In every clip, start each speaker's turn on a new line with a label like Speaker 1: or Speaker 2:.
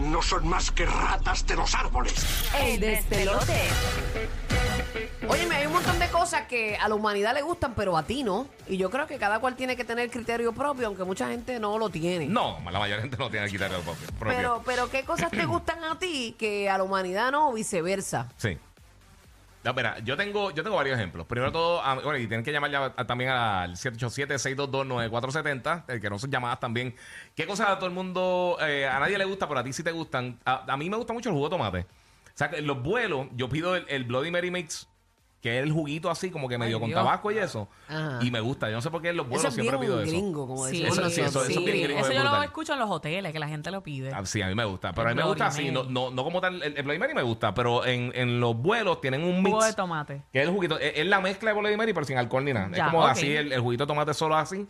Speaker 1: No son más que ratas de los árboles.
Speaker 2: El despelote.
Speaker 3: Óyeme, hay un montón de cosas que a la humanidad le gustan, pero a ti no. Y yo creo que cada cual tiene que tener criterio propio, aunque mucha gente no lo tiene.
Speaker 4: No, la mayor gente no tiene que quitar el propio. propio.
Speaker 3: Pero, pero ¿qué cosas te gustan a ti que a la humanidad no o viceversa?
Speaker 4: Sí. No, espera, yo tengo, yo tengo varios ejemplos. Primero todo, a- bueno, y tienen que llamar ya a- también al 787-622-9470, eh, que no son llamadas también. ¿Qué cosas a todo el mundo, eh, a nadie le gusta, pero a ti sí te gustan? A, a mí me gusta mucho el jugo de tomate. O sea, que en los vuelos, yo pido el, el Bloody Mary Mix, que es el juguito así, como que medio con
Speaker 3: Dios.
Speaker 4: tabaco y eso.
Speaker 3: Ajá.
Speaker 4: Y me gusta. Yo no sé por qué en los
Speaker 3: Eso
Speaker 4: vuelos
Speaker 3: es
Speaker 4: siempre
Speaker 3: bien
Speaker 4: pido
Speaker 3: un
Speaker 4: eso.
Speaker 3: gringo, como
Speaker 2: Sí,
Speaker 3: decimos
Speaker 4: eso sí, eso-
Speaker 3: nosotros.
Speaker 4: eso
Speaker 2: sí.
Speaker 4: es bien gringo,
Speaker 2: Eso
Speaker 4: es
Speaker 2: yo lo
Speaker 4: brutal.
Speaker 2: escucho en los hoteles, que la gente lo pide.
Speaker 4: Ah, Sí, a mí me gusta. Pero
Speaker 2: El
Speaker 4: a mí me gusta
Speaker 2: Bloody
Speaker 4: así. No,
Speaker 2: Mary.
Speaker 4: no, no como tal. El, el Bloody Mary me gusta. Pero en, en los vuelos tienen un mix.
Speaker 2: Jugo de tomate.
Speaker 4: Que es el juguito. Es, es la mezcla de Bloody Mary, pero sin alcohol ni nada. es
Speaker 2: Ya,
Speaker 4: como
Speaker 2: ok.
Speaker 4: así, el, el juguito de tomate solo así.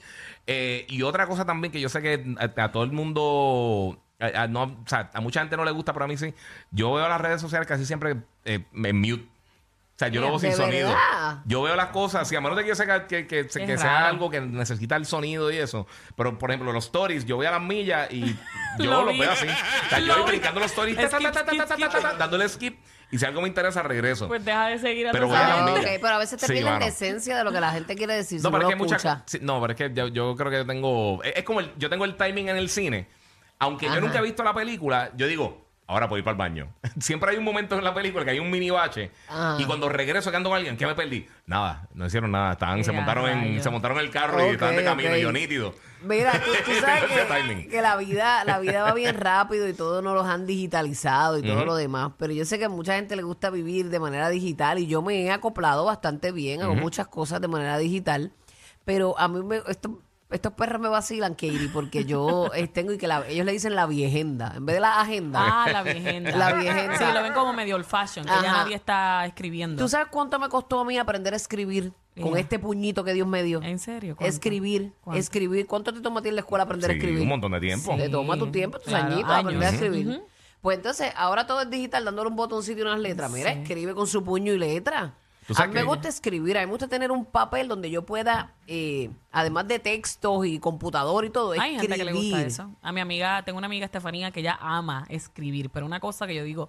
Speaker 4: Eh, y otra cosa también que yo sé que a, a todo el mundo. A, a no, o sea, a mucha gente no le gusta, pero a mí sí. Yo veo las redes sociales casi siempre eh, me mute. O sea, yo lo veo
Speaker 3: ¿De
Speaker 4: sin sonido.
Speaker 3: verdad?
Speaker 4: Yo veo las cosas, sí, a menos de que yo sea, que, que- que
Speaker 2: Es
Speaker 4: sea
Speaker 2: raro.
Speaker 4: algo que necesita el sonido y eso. Pero, por ejemplo, los stories, yo voy a las millas y yo
Speaker 2: Lo
Speaker 4: los
Speaker 2: vi.
Speaker 4: veo así. O sea, yo
Speaker 2: Lo
Speaker 4: voy
Speaker 2: vi.
Speaker 4: brincando los stories, ta, ta,
Speaker 2: Skip,
Speaker 4: ta, ta,
Speaker 2: skip,
Speaker 4: ta, ta,
Speaker 2: skip.
Speaker 4: ta, ta, dándole skip. Y si algo me interesa, regreso.
Speaker 2: Pues deja de seguir a
Speaker 4: Pero
Speaker 2: tu
Speaker 4: voy a
Speaker 2: familia.
Speaker 4: la
Speaker 3: Ah, ok,
Speaker 4: mira.
Speaker 3: pero a veces te
Speaker 4: Sí,
Speaker 3: pierden
Speaker 4: mano.
Speaker 3: la esencia de lo que la gente quiere decir.
Speaker 4: No,
Speaker 3: si no
Speaker 4: pero es
Speaker 3: lo
Speaker 4: que hay muchas-
Speaker 3: escucha.
Speaker 4: sí, no, pero es que yo, yo creo que yo tengo. e, Es, es como el- yo tengo el timing en el cine. Aunque
Speaker 3: Ajá.
Speaker 4: yo nunca he visto la película, yo digo, ahora puedo ir para el baño. Siempre hay un momento en la película que hay un mini bache.
Speaker 3: Ah.
Speaker 4: Y cuando regreso que ando con alguien, ¿qué me perdí? Nada, no hicieron nada. Estaban, se
Speaker 2: Ea,
Speaker 4: montaron en,
Speaker 2: rayos.
Speaker 4: se montaron en el carro
Speaker 3: Ok,
Speaker 4: y estaban de camino,
Speaker 3: ok.
Speaker 4: y yo nítido.
Speaker 3: Mira, tú, tú sabes
Speaker 4: Ese timing.
Speaker 3: que, que la vida la vida va bien rápido y todos nos los han digitalizado y todo lo demás, pero yo sé que a mucha gente le gusta vivir de manera digital y yo me he acoplado bastante bien, hago muchas cosas de manera digital, pero a mí me, esto- estos perros me vacilan, Katie, porque yo eh, tengo y que la- ellos le dicen la viejenda, en vez de la agenda.
Speaker 2: Ah, la viejenda.
Speaker 3: La viejenda.
Speaker 2: Sí, lo ven como medio old fashion, que
Speaker 3: Ajá.
Speaker 2: ya nadie está escribiendo.
Speaker 3: ¿Tú sabes cuánto me costó a mí aprender a escribir con
Speaker 2: Mira.
Speaker 3: este puñito que Dios me dio?
Speaker 2: ¿En serio? ¿Cuánto?
Speaker 3: Escribir,
Speaker 2: ¿Cuánto?
Speaker 3: escribir. ¿Cuánto te tomó a ti en la escuela aprender a
Speaker 4: Sí,
Speaker 3: escribir?
Speaker 4: un montón de tiempo.
Speaker 2: Sí.
Speaker 3: Te toma tu tiempo, tus
Speaker 2: Claro,
Speaker 3: añitos, aprender a
Speaker 2: años.
Speaker 3: escribir. Pues entonces, ahora todo es digital, dándole un botoncito y unas letras. Mira, escribe con su puño y letra.
Speaker 4: Tú
Speaker 3: A
Speaker 4: sabes
Speaker 3: mí me
Speaker 4: que-
Speaker 3: gusta escribir, a mí me gusta tener un papel donde yo pueda, eh, además de textos y computador y todo,
Speaker 2: Hay
Speaker 3: escribir.
Speaker 2: gente que le gusta eso. A mi amiga, tengo una amiga Estefanía que ella ama escribir, pero una cosa que yo digo,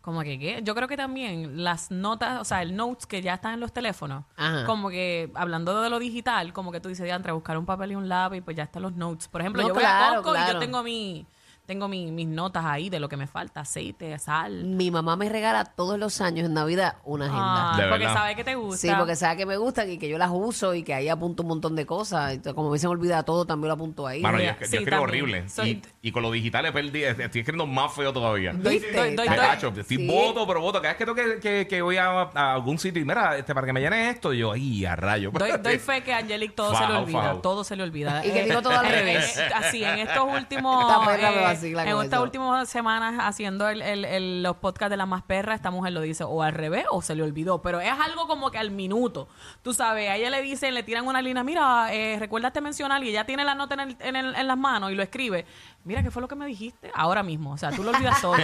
Speaker 2: como que qué, yo creo que también las notas, o sea, el notes que ya están en los teléfonos,
Speaker 3: Ajá.
Speaker 2: como que hablando de lo digital, como que tú dices, entre buscar un papel y un lápiz, pues ya están los notes. Por ejemplo,
Speaker 3: No,
Speaker 2: yo voy
Speaker 3: claro,
Speaker 2: a Costco y
Speaker 3: claro.
Speaker 2: yo tengo mi tengo mi- mis notas ahí de lo que me falta, aceite, sal.
Speaker 3: Mi mamá me regala todos los años en Navidad una agenda.
Speaker 2: Ah,
Speaker 4: De
Speaker 2: porque
Speaker 4: verdad.
Speaker 2: sabe que te gusta.
Speaker 3: Sí, porque sabe que me gustan y que yo las uso y que ahí apunto un montón de cosas. Entonces, como a mí se me olvida todo, también lo apunto ahí.
Speaker 4: Mano, yo,
Speaker 2: Mira,
Speaker 4: yo
Speaker 2: sí,
Speaker 4: escribo
Speaker 2: también.
Speaker 4: horrible.
Speaker 2: Soy-
Speaker 4: Y, y con lo digital he perdido, estoy escribiendo más feo todavía.
Speaker 3: ¿Viste?
Speaker 2: Doy- doy- doy-
Speaker 3: Está-
Speaker 4: Tacho, estoy
Speaker 3: Sí.
Speaker 4: voto, pero voto. Cada vez que tengo que, que- que voy a, a algún sitio y mira, este, para que me llene esto, yo, ay, a rayo.
Speaker 2: Doy, doy fe que a Angelique todo se le
Speaker 4: Fajao,
Speaker 2: olvida,
Speaker 4: fajao.
Speaker 2: todo se le olvida.
Speaker 3: Y que
Speaker 2: Eh,
Speaker 3: digo todo al
Speaker 2: eh,
Speaker 3: revés.
Speaker 2: eh, Así, en estos últimos... eh,
Speaker 3: Esta perra me vacila
Speaker 2: en
Speaker 3: con
Speaker 2: estas
Speaker 3: eso.
Speaker 2: últimas semanas haciendo el- el- el- los podcasts de La Más Perra, esta mujer lo dice o al revés o se le olvidó, pero es algo como que al minuto. Tú sabes, a ella le dicen, le tiran una línea, mira, eh, recuérdate mencionar y ella tiene la nota en, el- en el- en las manos y lo escribe. Mira, ¿qué fue lo que me dijiste? Ahora mismo, o sea, tú lo olvidas todo. Tú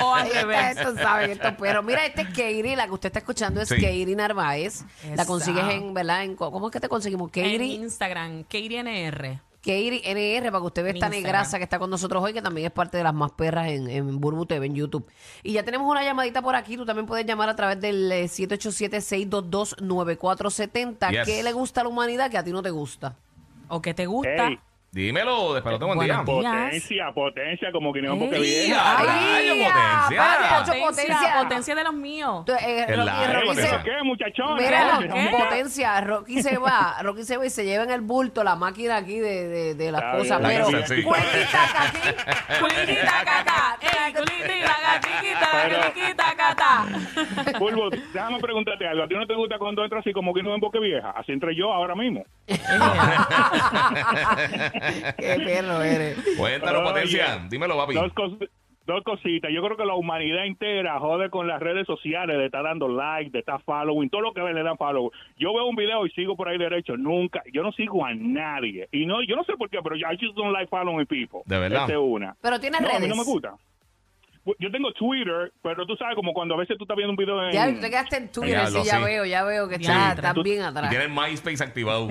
Speaker 2: no- o al
Speaker 3: Ahí está,
Speaker 2: revés.
Speaker 3: Esto saben, estos perros. Mira, este es Keiri, la que usted está escuchando es
Speaker 4: Sí.
Speaker 3: Keiri Narváez. La
Speaker 2: Esa.
Speaker 3: consigues en, ¿verdad? En, co- ¿Cómo es que te conseguimos?
Speaker 2: En
Speaker 3: Keiri,
Speaker 2: Instagram, Katie NR.
Speaker 3: Keiri NR, para que usted vea
Speaker 2: En
Speaker 3: esta
Speaker 2: Instagram.
Speaker 3: negraza que está con nosotros hoy, que también es parte de las más perras en, en Burbu TV, en YouTube. Y ya tenemos una llamadita por aquí, tú también puedes llamar a través del eh, 787-622-9470.
Speaker 4: Yes.
Speaker 3: ¿Qué le gusta a la humanidad que a ti no te gusta?
Speaker 2: ¿O que te gusta?
Speaker 5: Ey.
Speaker 4: Dímelo, después lo tengo en
Speaker 2: Bueno,
Speaker 4: día.
Speaker 2: po-
Speaker 5: Potencia, potencia, como que no, porque
Speaker 2: Ey,
Speaker 5: bien.
Speaker 4: a
Speaker 3: Ay,
Speaker 4: rayo,
Speaker 3: aparte,
Speaker 4: potencia!
Speaker 3: Nacho,
Speaker 2: Potencia,
Speaker 3: potencia.
Speaker 2: potencia de los míos.
Speaker 3: Tú, eh,
Speaker 4: El
Speaker 3: Rocky- Rocky
Speaker 4: live,
Speaker 3: se-
Speaker 4: potencia.
Speaker 5: ¿Pero qué, muchachón?
Speaker 3: Mira,
Speaker 2: ¿Qué?
Speaker 3: Rocky, potencia, Rocky se va, Rocky se va y se lleva en el bulto la máquina aquí de, de, de las
Speaker 5: Está
Speaker 3: cosas,
Speaker 5: bien,
Speaker 3: pero
Speaker 4: está bien, sí.
Speaker 3: cuequitaca aquí.
Speaker 2: Culiquita cata, eh, culitita, gatiquita,
Speaker 5: Pero-
Speaker 2: culiquita cata.
Speaker 5: Bulbo, déjame preguntarte algo. ¿A ti no te gusta cuando entras así como que no en boque vieja? Así entré yo ahora mismo.
Speaker 3: Qué perro eres.
Speaker 4: Cuéntanos,
Speaker 5: Oye,
Speaker 4: potencia. Dímelo, papi.
Speaker 5: Dos, cos- Dos cositas. Yo creo que la humanidad entera jode con las redes sociales, le está dando like, le está following, todo lo que ve le dan follow. Yo veo un video y sigo por ahí derecho. Nunca, yo no sigo a nadie. Y no, yo no sé por qué, pero I just don't like following people.
Speaker 4: De verdad.
Speaker 5: Esa es una.
Speaker 3: Pero tienes
Speaker 5: no, a mí
Speaker 3: redes.
Speaker 5: no me gusta. Pues, Yo tengo Twitter, pero tú sabes como cuando a veces tú estás viendo un video en...
Speaker 3: Ya tú te quedaste en Twitter,
Speaker 4: Diablo,
Speaker 3: sí, ya
Speaker 4: sí.
Speaker 3: veo, ya veo que
Speaker 2: Sí.
Speaker 3: estás estás
Speaker 4: Tú-
Speaker 3: bien atrás.
Speaker 4: Tienes MySpace activado.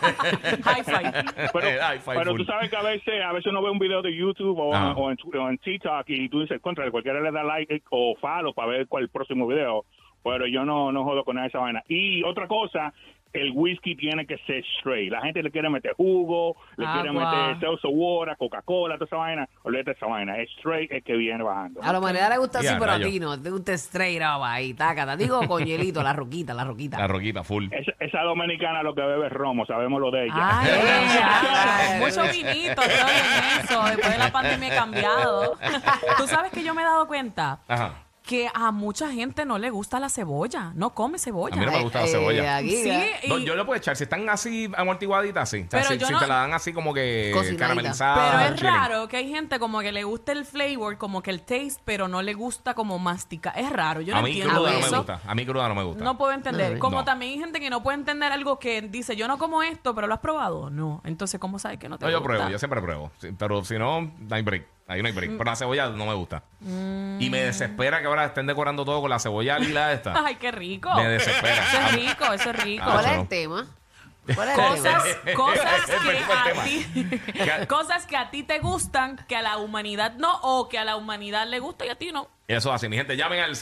Speaker 2: Hi-Fi.
Speaker 5: Pero,
Speaker 4: Ay, fai
Speaker 5: pero
Speaker 4: full.
Speaker 5: tú sabes que a veces, a veces uno ve un video de YouTube o,
Speaker 4: Ajá.
Speaker 5: o en, tu- o en TikTok y tú dices, contra, cualquiera le da like o follow para ver cuál es el próximo video. Pero yo no, no jodo con nada de esa vaina. Y otra cosa, el whisky tiene que ser straight. La gente le quiere meter jugo, le quiere
Speaker 2: Agua.
Speaker 5: meter Celso Water, Coca-Cola, toda esa vaina. Olvídate de esa vaina. Es straight es que viene bajando.
Speaker 3: A la humanidad le gusta
Speaker 4: Ya,
Speaker 3: así, pero a
Speaker 4: rayo.
Speaker 3: ti no. Te gusta straight up ahí, tácata. Digo coñelito, la roquita, la roquita.
Speaker 4: La roquita full.
Speaker 5: Esa, esa dominicana lo que bebe es romo, sabemos lo de ella.
Speaker 2: Ay,
Speaker 3: Ay,
Speaker 2: ay, mucho vinito, estoy en eso. Después de la pandemia he cambiado. Tú sabes que yo me he dado cuenta
Speaker 4: Ajá.
Speaker 2: que a mucha gente no le gusta la cebolla, no come cebolla.
Speaker 4: A mí no me gusta la
Speaker 3: Eh,
Speaker 4: cebolla.
Speaker 3: aquí,
Speaker 2: Sí,
Speaker 3: eh.
Speaker 4: No,
Speaker 2: y-
Speaker 4: yo lo puedo echar. Si están así amortiguaditas, sí. O sea,
Speaker 2: Pero
Speaker 4: si
Speaker 2: yo
Speaker 4: si
Speaker 2: no-
Speaker 4: te la dan así como que
Speaker 3: Cocinadita.
Speaker 4: caramelizada.
Speaker 2: pero es
Speaker 4: chilling.
Speaker 2: raro que hay gente como que le gusta el flavor, como que el taste, pero no le gusta como mastica. Es raro, yo
Speaker 4: a
Speaker 2: no
Speaker 4: mí
Speaker 2: entiendo
Speaker 4: cruda no
Speaker 2: eso.
Speaker 4: me gusta. A mí cruda no me gusta.
Speaker 2: No puedo entender.
Speaker 3: No.
Speaker 2: Como
Speaker 4: No.
Speaker 2: también hay gente que no puede entender algo que dice, yo no como esto, pero lo has probado. No. Entonces, ¿cómo sabes que no te
Speaker 4: No, yo
Speaker 2: gusta? Mm.
Speaker 4: pruebo, yo siempre pruebo. Sí, Pero si no, no hay break. Ahí no hay break. Pero la cebolla no me gusta. Y me desespera que ahora estén decorando todo con la cebolla lila esta.
Speaker 2: Ay, qué rico.
Speaker 4: Me desespera.
Speaker 2: Eso es rico, eso es rico.
Speaker 4: Ah,
Speaker 3: ¿Cuál es
Speaker 4: no.
Speaker 3: el tema? ¿Cuál es el
Speaker 2: Cosas,
Speaker 3: tema?
Speaker 2: cosas que
Speaker 4: Perdimos el
Speaker 2: a
Speaker 4: tema.
Speaker 2: ti cosas que a ti te gustan, que a la humanidad no, o que a la humanidad le gusta y a ti no.
Speaker 4: Eso así, mi gente. Llamen al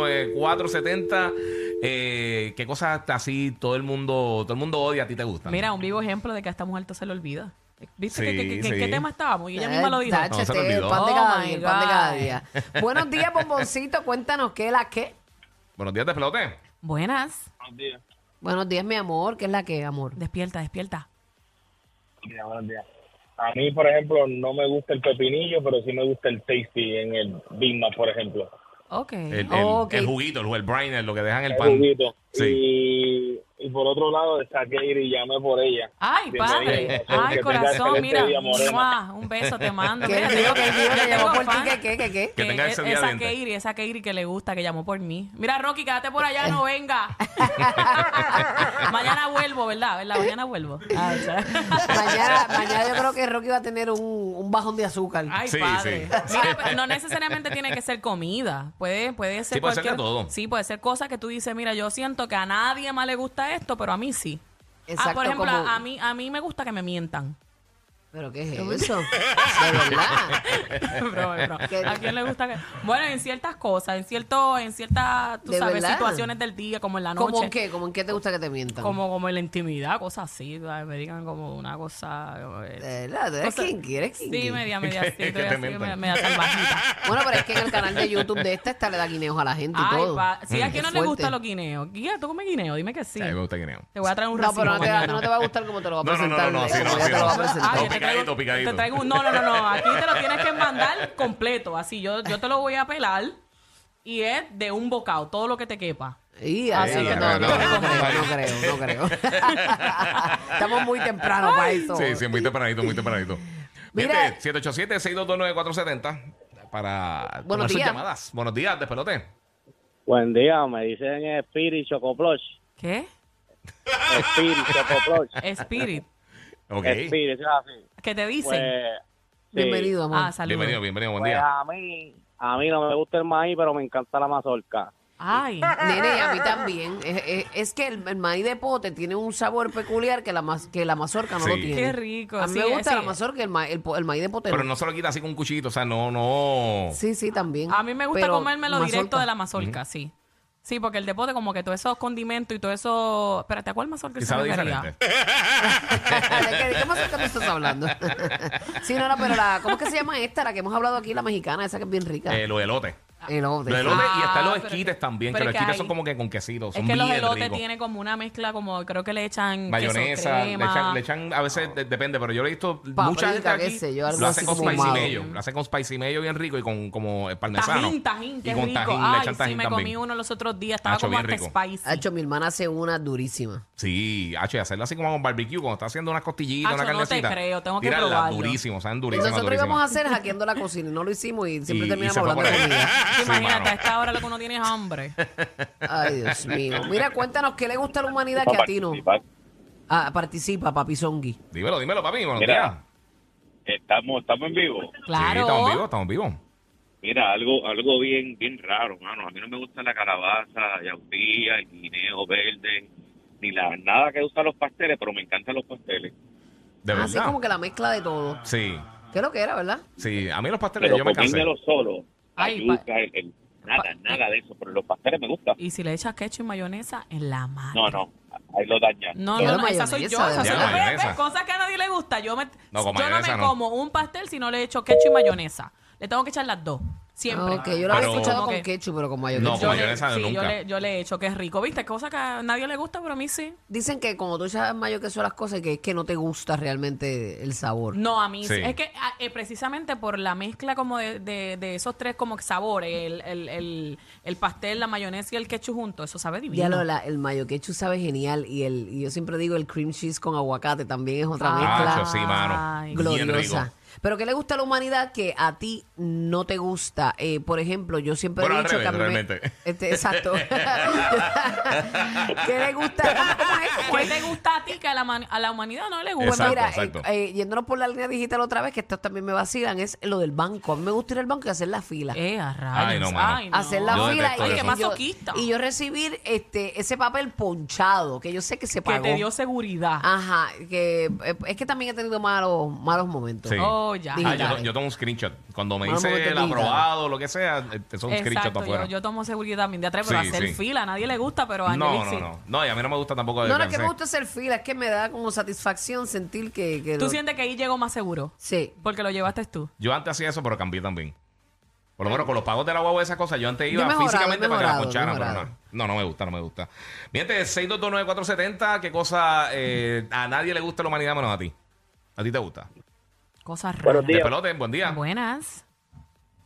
Speaker 4: 787-622-9470. Eh, ¿Qué cosas así todo el mundo todo el mundo odia a ti te gustan?
Speaker 2: Mira, un vivo ejemplo de que a esta mujer todo se le olvida. ¿Viste
Speaker 4: Sí,
Speaker 2: que, que- que-
Speaker 4: sí.
Speaker 2: qué tema estábamos? Y ella
Speaker 3: Eh,
Speaker 2: misma lo dijo.
Speaker 3: tacho,
Speaker 4: No, se lo
Speaker 3: este, el
Speaker 4: olvidó.
Speaker 3: pan de
Speaker 2: Oh
Speaker 3: cada
Speaker 2: my
Speaker 3: día, el pan de cada
Speaker 2: God.
Speaker 3: día. Buenos días, bomboncito. Cuéntanos, ¿qué es la qué?
Speaker 4: Buenos días, despelote.
Speaker 2: Buenas.
Speaker 3: Buenos días, mi amor. ¿Qué es la qué, amor?
Speaker 2: Despierta, despierta.
Speaker 6: Ya, buenos días. A mí, por ejemplo, no me gusta el pepinillo, pero sí me gusta el tasty en el Big Mac, por ejemplo.
Speaker 2: Ok.
Speaker 4: El, el,
Speaker 3: Ok.
Speaker 4: el juguito, el, el briner, lo que dejan el
Speaker 6: El
Speaker 4: pan.
Speaker 6: juguito.
Speaker 4: Sí.
Speaker 6: Y, y por otro lado, saqué y llamé por ella.
Speaker 2: Ay, padre.
Speaker 6: Bienvenida. Que
Speaker 2: Ay,
Speaker 6: tenga
Speaker 2: corazón,
Speaker 6: excelente
Speaker 2: mira.
Speaker 6: día, morena.
Speaker 2: Mua, Un beso te mando.
Speaker 3: ¿Qué
Speaker 2: Mira,
Speaker 3: río,
Speaker 2: tengo-
Speaker 3: qué río?
Speaker 2: yo
Speaker 3: ¿Que llamó
Speaker 2: tengo
Speaker 3: por ti?
Speaker 2: fan.
Speaker 3: ¿Qué, qué, qué? qué?
Speaker 4: Que tenga
Speaker 2: Eh,
Speaker 4: ese día
Speaker 2: esa
Speaker 4: diente.
Speaker 2: Keiri, esa Keiri que le gusta, que llamó por mí. Mira, Rocky, quédate por allá, no venga. Mañana vuelvo, ¿verdad? ¿Verdad? Mañana vuelvo. Ay, o sea.
Speaker 3: Ah, Mañana, mañana yo creo que Rocky va a tener un, un bajón de azúcar.
Speaker 2: Ay,
Speaker 4: Sí,
Speaker 2: padre.
Speaker 4: sí.
Speaker 2: Mira, pero no necesariamente tiene que ser comida. Puede, puede ser
Speaker 4: Sí, puede ser de
Speaker 2: cualquier...
Speaker 4: todo.
Speaker 2: Sí, puede ser cosas que tú dices, mira, yo siento que a nadie más le gusta esto, pero a mí sí. ah,
Speaker 3: Exacto,
Speaker 2: por ejemplo,
Speaker 3: como-
Speaker 2: a, mí, a mí me gusta que me mientan.
Speaker 3: ¿Pero qué es eso? De verdad.
Speaker 2: Bro, bro. ¿A quién le gusta que.? Bueno, en ciertas cosas, en cierto, en ciertas, tú
Speaker 3: ¿De
Speaker 2: sabes,
Speaker 3: verdad?
Speaker 2: situaciones del día, como en la noche.
Speaker 3: ¿Cómo en qué? ¿Cómo en qué te gusta que te mientan?
Speaker 2: Como, como en la intimidad, cosas así, ¿sabes? me digan como una cosa. como, eh,
Speaker 3: De verdad, tú eres
Speaker 2: cosa-
Speaker 3: kinky, eres kinky.
Speaker 2: Sí, media, media,
Speaker 4: Que-
Speaker 2: sí,
Speaker 4: que
Speaker 2: estoy
Speaker 4: te
Speaker 2: así,
Speaker 4: mientan.
Speaker 2: media, media salvajita.
Speaker 3: Bueno, pero es que en el canal de YouTube de esta, esta le da guineos a la gente y
Speaker 2: Ay,
Speaker 3: todo. Mm,
Speaker 2: pa- sí, ¿a quién no
Speaker 3: Qué
Speaker 2: le
Speaker 3: fuerte.
Speaker 2: gusta los guineos? Guía, ¿tú comes guineo? Dime que sí.
Speaker 4: A mí me gusta guineo.
Speaker 2: Te voy a traer un
Speaker 3: No,
Speaker 2: racimo
Speaker 3: pero no te, va-
Speaker 2: mañana.
Speaker 3: no te va a gustar como te lo va a
Speaker 4: No, no, no,
Speaker 3: presentar.
Speaker 4: no, no,
Speaker 3: eh,
Speaker 4: sí, no,
Speaker 3: como ya
Speaker 4: sí,
Speaker 3: te lo va a
Speaker 4: no.
Speaker 3: presentar.
Speaker 2: Ah, yo te
Speaker 4: Picadito,
Speaker 2: traigo-
Speaker 4: picadito.
Speaker 2: te traigo un- no, no, no, no. Aquí te lo tienes que mandar completo. Así yo, yo te lo voy a pelar y es de un bocado, todo lo que te quepa.
Speaker 3: Y así
Speaker 4: Ay,
Speaker 3: que
Speaker 4: no,
Speaker 3: no, no,
Speaker 4: no,
Speaker 3: no creo, no creo, no creo. Estamos muy temprano para eso.
Speaker 4: Sí, sí, muy tempranito, muy tempranito.
Speaker 3: Mira.
Speaker 4: Mira. 787-622-9470 para
Speaker 3: Buenos
Speaker 4: tomar sus
Speaker 3: días.
Speaker 4: llamadas. Buenos días, despelote.
Speaker 6: Buen día, me dicen Spirit Chocoploch.
Speaker 2: ¿Qué?
Speaker 6: Spirit Chocoploch.
Speaker 2: Spirit.
Speaker 4: Ok.
Speaker 6: Spirit, es así.
Speaker 2: ¿Qué te dicen?
Speaker 3: Pues, Bienvenido, amor.
Speaker 2: ah, saludos.
Speaker 4: Bienvenido, bienvenido, buen
Speaker 6: Pues
Speaker 4: día.
Speaker 6: a mí, a mí no me gusta el maíz, pero me encanta la mazorca.
Speaker 2: Ay,
Speaker 3: Nene, y a mí también. Es, es- es que el, el maíz de pote tiene un sabor peculiar que la, mas- que la mazorca no
Speaker 4: Sí.
Speaker 3: lo tiene.
Speaker 2: Qué rico,
Speaker 3: A mí
Speaker 2: sí,
Speaker 3: me gusta
Speaker 2: sí.
Speaker 3: la mazorca y el, ma- el, po- el maíz de pote.
Speaker 4: Pero no se lo quita así con un cuchillito, o sea, no, no.
Speaker 3: Sí, sí, también.
Speaker 2: a mí me gusta
Speaker 3: Pero
Speaker 2: comérmelo
Speaker 3: mazorca.
Speaker 2: directo de la mazorca, sí. Sí, porque el de pote como que todos esos condimentos y todo eso... Espérate, ¿a cuál mazorca
Speaker 4: Que
Speaker 2: se
Speaker 4: sabe
Speaker 2: refería?
Speaker 4: diferente.
Speaker 3: ¿De qué, de qué mazorca tú estás hablando? sí, no, no, pero la... ¿Cómo es que se llama esta? La que hemos hablado aquí, la mexicana, esa que es bien rica.
Speaker 4: Eh, los elotes.
Speaker 3: Elote.
Speaker 4: Los elotes y están
Speaker 2: Ah,
Speaker 4: los
Speaker 2: pero
Speaker 4: esquites
Speaker 2: que-
Speaker 4: también, que
Speaker 2: pero
Speaker 4: los
Speaker 2: es que
Speaker 4: esquites
Speaker 2: hay-
Speaker 4: son como que con quesitos.
Speaker 2: Es
Speaker 4: Son
Speaker 2: que los
Speaker 4: bien
Speaker 2: elotes
Speaker 4: ricos.
Speaker 2: tienen como una mezcla, como creo que le echan queso,
Speaker 4: Mayonesa, le
Speaker 2: crema.
Speaker 4: echan, le echan- a veces de- depende, pero yo lo he visto
Speaker 3: Paprika,
Speaker 4: mucha gente
Speaker 3: qué
Speaker 4: aquí
Speaker 3: sé yo, algo
Speaker 4: lo
Speaker 3: así
Speaker 4: hacen con
Speaker 3: como
Speaker 4: spicy
Speaker 3: ahumado.
Speaker 4: mayo, lo hacen con spicy mayo bien rico y con como eh, parmesano.
Speaker 2: Tajín, tajín, qué
Speaker 4: y con
Speaker 2: rico.
Speaker 4: tajín le
Speaker 2: Ay,
Speaker 4: echan
Speaker 2: sí,
Speaker 4: tajín
Speaker 2: me
Speaker 4: también.
Speaker 2: comí uno los otros días. Estaba
Speaker 4: Hacho,
Speaker 2: como
Speaker 4: bien
Speaker 2: hasta
Speaker 4: rico.
Speaker 2: spicy.
Speaker 3: Ha hecho, mi hermana hace una durísima.
Speaker 4: Sí, hacho, y hacerlo así como con barbecue cuando está haciendo unas costillitas,
Speaker 2: Hacho,
Speaker 4: una
Speaker 2: no te
Speaker 4: carnecita.
Speaker 2: creo, tengo que
Speaker 4: Tírala,
Speaker 2: probarlo.
Speaker 4: durísimo, saben durísimas,
Speaker 3: Nosotros
Speaker 4: durísimas.
Speaker 3: íbamos a hacer hackeando la cocina y no lo hicimos y siempre
Speaker 4: Y- y
Speaker 3: terminamos
Speaker 4: se fue
Speaker 3: hablando
Speaker 4: por
Speaker 3: de
Speaker 4: ahí.
Speaker 3: comida.
Speaker 4: Sí,
Speaker 2: Imagínate,
Speaker 4: mano.
Speaker 2: a esta hora lo que uno tiene es hambre.
Speaker 3: Ay, Dios mío. Mira, cuéntanos qué le gusta a la humanidad que a ti no.
Speaker 7: participar.
Speaker 3: Ah, participa, papi Zongui.
Speaker 4: Dímelo, dímelo, papi, buenos
Speaker 7: Mira,
Speaker 4: días.
Speaker 7: Estamos, estamos en vivo.
Speaker 4: Sí,
Speaker 2: Claro.
Speaker 4: estamos vivos, estamos vivos.
Speaker 7: Mira, algo algo bien bien raro, mano. A mí no me gusta la calabaza, yautía, el guineo verde, ni la nada que usan los pasteles, pero me encantan los pasteles.
Speaker 4: De
Speaker 3: Así
Speaker 4: verdad.
Speaker 3: Ah, como que la mezcla de todo.
Speaker 4: Sí,
Speaker 3: ¿Qué es lo que era, verdad?
Speaker 4: sí, a mí los pasteles
Speaker 7: Pero
Speaker 4: yo me cansé.
Speaker 7: comérmelo solo, la
Speaker 2: Ay,
Speaker 7: yuca,
Speaker 2: pa-
Speaker 7: el- el- nada, nada de eso, pero los pasteles me gustan.
Speaker 2: Y si le echas ketchup y mayonesa, en la madre.
Speaker 7: No, no, ahí lo dañan.
Speaker 2: No,
Speaker 3: Ya
Speaker 2: no,
Speaker 3: la
Speaker 2: no, esa soy yo,
Speaker 3: mayonesa,
Speaker 2: esa
Speaker 4: ya
Speaker 2: soy
Speaker 4: la
Speaker 2: yo. Ve,
Speaker 4: mayonesa.
Speaker 2: ve, Cosas que a nadie le gusta. Yo, me,
Speaker 4: No, con
Speaker 2: yo no
Speaker 4: mayonesa
Speaker 2: me
Speaker 4: no.
Speaker 2: como un pastel si no le echo ketchup y mayonesa. Le tengo que echar las dos, siempre.
Speaker 3: Ok, yo lo había
Speaker 4: Pero-
Speaker 3: escuchado
Speaker 2: Como
Speaker 3: con
Speaker 2: que-
Speaker 3: ketchup, pero con mayonesa.
Speaker 4: No, con
Speaker 2: Yo le-
Speaker 4: mayonesa no,
Speaker 2: sí,
Speaker 4: nunca.
Speaker 2: Yo le, yo le echo, que es rico, ¿viste? Cosa que a nadie le gusta, pero a mí sí.
Speaker 3: Dicen que cuando tú echas mayo queso a las cosas, que es que no te gusta realmente el sabor.
Speaker 2: No, a mí sí.
Speaker 4: Sí.
Speaker 2: Es que ah, eh, precisamente por la mezcla como de, de- de esos tres como que sabores, el, el- el- el pastel, la mayonesa y el ketchup juntos, eso sabe divino.
Speaker 3: Ya lo, la- el mayo quechu sabe genial y el y yo siempre digo el cream cheese con aguacate también es otra
Speaker 4: Ah,
Speaker 3: mezcla
Speaker 4: sí, mano.
Speaker 2: Ay,
Speaker 4: Bien
Speaker 3: gloriosa.
Speaker 4: rico. Ah,
Speaker 3: Pero ¿qué le gusta a la humanidad que a ti no te gusta? Eh, por ejemplo, yo siempre
Speaker 4: Bueno,
Speaker 3: he
Speaker 4: al
Speaker 3: dicho que a mí
Speaker 4: revés,
Speaker 3: me-
Speaker 4: realmente.
Speaker 3: Este, exacto. ¿Qué le gusta? ¿Cómo, cómo es?
Speaker 2: ¿Qué te gusta a ti que a la, man- a la humanidad no le
Speaker 3: Pues
Speaker 2: gusta?
Speaker 4: Exacto,
Speaker 3: mira,
Speaker 4: exacto.
Speaker 3: eh, eh, yéndonos por la línea digital otra vez, que estos también me vacilan, es lo del banco. A mí me gusta ir al banco y hacer la fila.
Speaker 2: Eh, a rayos.
Speaker 4: Ay, no, mano.
Speaker 2: Ay, no.
Speaker 3: hacer la
Speaker 4: Yo
Speaker 3: fila
Speaker 4: detesto
Speaker 3: y,
Speaker 2: Ay,
Speaker 4: eso.
Speaker 2: qué
Speaker 3: y yo-
Speaker 2: masoquista.
Speaker 3: y yo recibir este ese papel ponchado que yo sé que se
Speaker 2: que
Speaker 3: pagó
Speaker 2: te dio seguridad.
Speaker 3: ajá que eh, es que también he tenido malos malos momentos
Speaker 4: Sí.
Speaker 2: Oh, ya.
Speaker 4: Ah, yo,
Speaker 3: Digitales.
Speaker 4: yo tomo un screenshot. Cuando me
Speaker 3: Bueno,
Speaker 4: dice
Speaker 3: porque
Speaker 4: el
Speaker 3: te digital.
Speaker 4: aprobado, lo que sea, eh, te son screenshots
Speaker 2: Exacto,
Speaker 4: afuera.
Speaker 2: yo, yo tomo seguridad también de atrás, pero
Speaker 4: Sí,
Speaker 2: hacer
Speaker 4: sí.
Speaker 2: fila, a nadie le gusta, pero a
Speaker 4: No,
Speaker 2: Angelic
Speaker 4: no,
Speaker 2: sí.
Speaker 4: no. No, y a mí no me gusta tampoco.
Speaker 3: no no es
Speaker 4: descansar.
Speaker 3: que me gusta hacer fila es que me da como satisfacción sentir que, que
Speaker 2: Tú
Speaker 3: lo-
Speaker 2: sientes que ahí llegó más seguro,
Speaker 3: sí
Speaker 2: porque lo llevaste tú.
Speaker 4: Yo antes hacía eso, pero cambié también. Por lo menos con los pagos de la guagua y esas cosas, yo antes iba
Speaker 3: Ah. Yo he mejorado,
Speaker 4: físicamente
Speaker 3: he
Speaker 4: para que la
Speaker 3: mejorado,
Speaker 4: poncharan, pero
Speaker 3: mejorado.
Speaker 4: no. No, no me gusta, no me gusta. Miente, 6229470, ¿qué cosa eh, a nadie le gusta la humanidad menos a ti? ¿A ti te gusta?
Speaker 2: Cosas
Speaker 8: Buenos
Speaker 2: raras.
Speaker 4: De
Speaker 8: días.
Speaker 4: pelote, buen día.
Speaker 2: Buenas.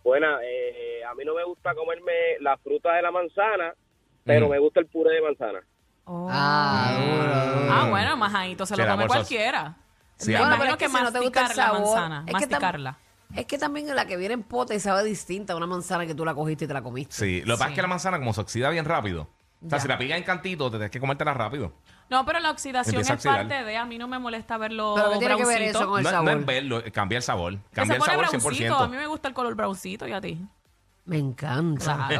Speaker 8: Buena, eh, a mí no me gusta comerme la fruta de la manzana, pero
Speaker 4: Mm.
Speaker 8: me gusta el puré de manzana.
Speaker 2: Oh.
Speaker 3: ah duro, duro.
Speaker 2: Ah, bueno, majadito, se
Speaker 4: Sí,
Speaker 2: lo
Speaker 4: la
Speaker 2: come
Speaker 4: bolsa-
Speaker 2: cualquiera.
Speaker 4: Sí,
Speaker 2: Me
Speaker 4: ah,
Speaker 3: Bueno,
Speaker 2: imagino
Speaker 3: pero es
Speaker 2: que,
Speaker 3: si no te gusta el
Speaker 2: masticar la
Speaker 3: sabor,
Speaker 2: manzana,
Speaker 3: es que tam-
Speaker 2: masticarla.
Speaker 3: es que también la que viene en pote sabe distinta a una manzana que tú la cogiste y te la comiste
Speaker 4: Sí, lo que pasa es que la manzana como se oxida bien rápido. O sea,
Speaker 3: Ya.
Speaker 4: si la pica en cantito, te tienes que comértela rápido.
Speaker 2: No, pero la oxidación
Speaker 4: Empieza a
Speaker 2: es parte
Speaker 4: oxidar.
Speaker 2: de, a mí no me molesta verlo
Speaker 3: Pero ¿qué tiene que ver
Speaker 2: browncito.
Speaker 3: eso con
Speaker 4: No,
Speaker 3: el
Speaker 4: no
Speaker 3: sabor?
Speaker 4: es verlo, eh, cambia el sabor.
Speaker 2: Que se
Speaker 4: Cambia el
Speaker 2: pone
Speaker 4: sabor
Speaker 2: browncito, a mí
Speaker 4: 100%.
Speaker 2: me gusta el color browncito y a ti.
Speaker 3: Me encanta.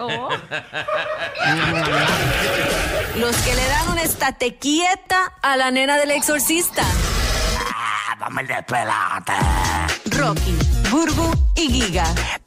Speaker 2: Claro.
Speaker 9: Los que le dan un estate quieta a la nena del exorcista. Rocky, Burbu y Giga.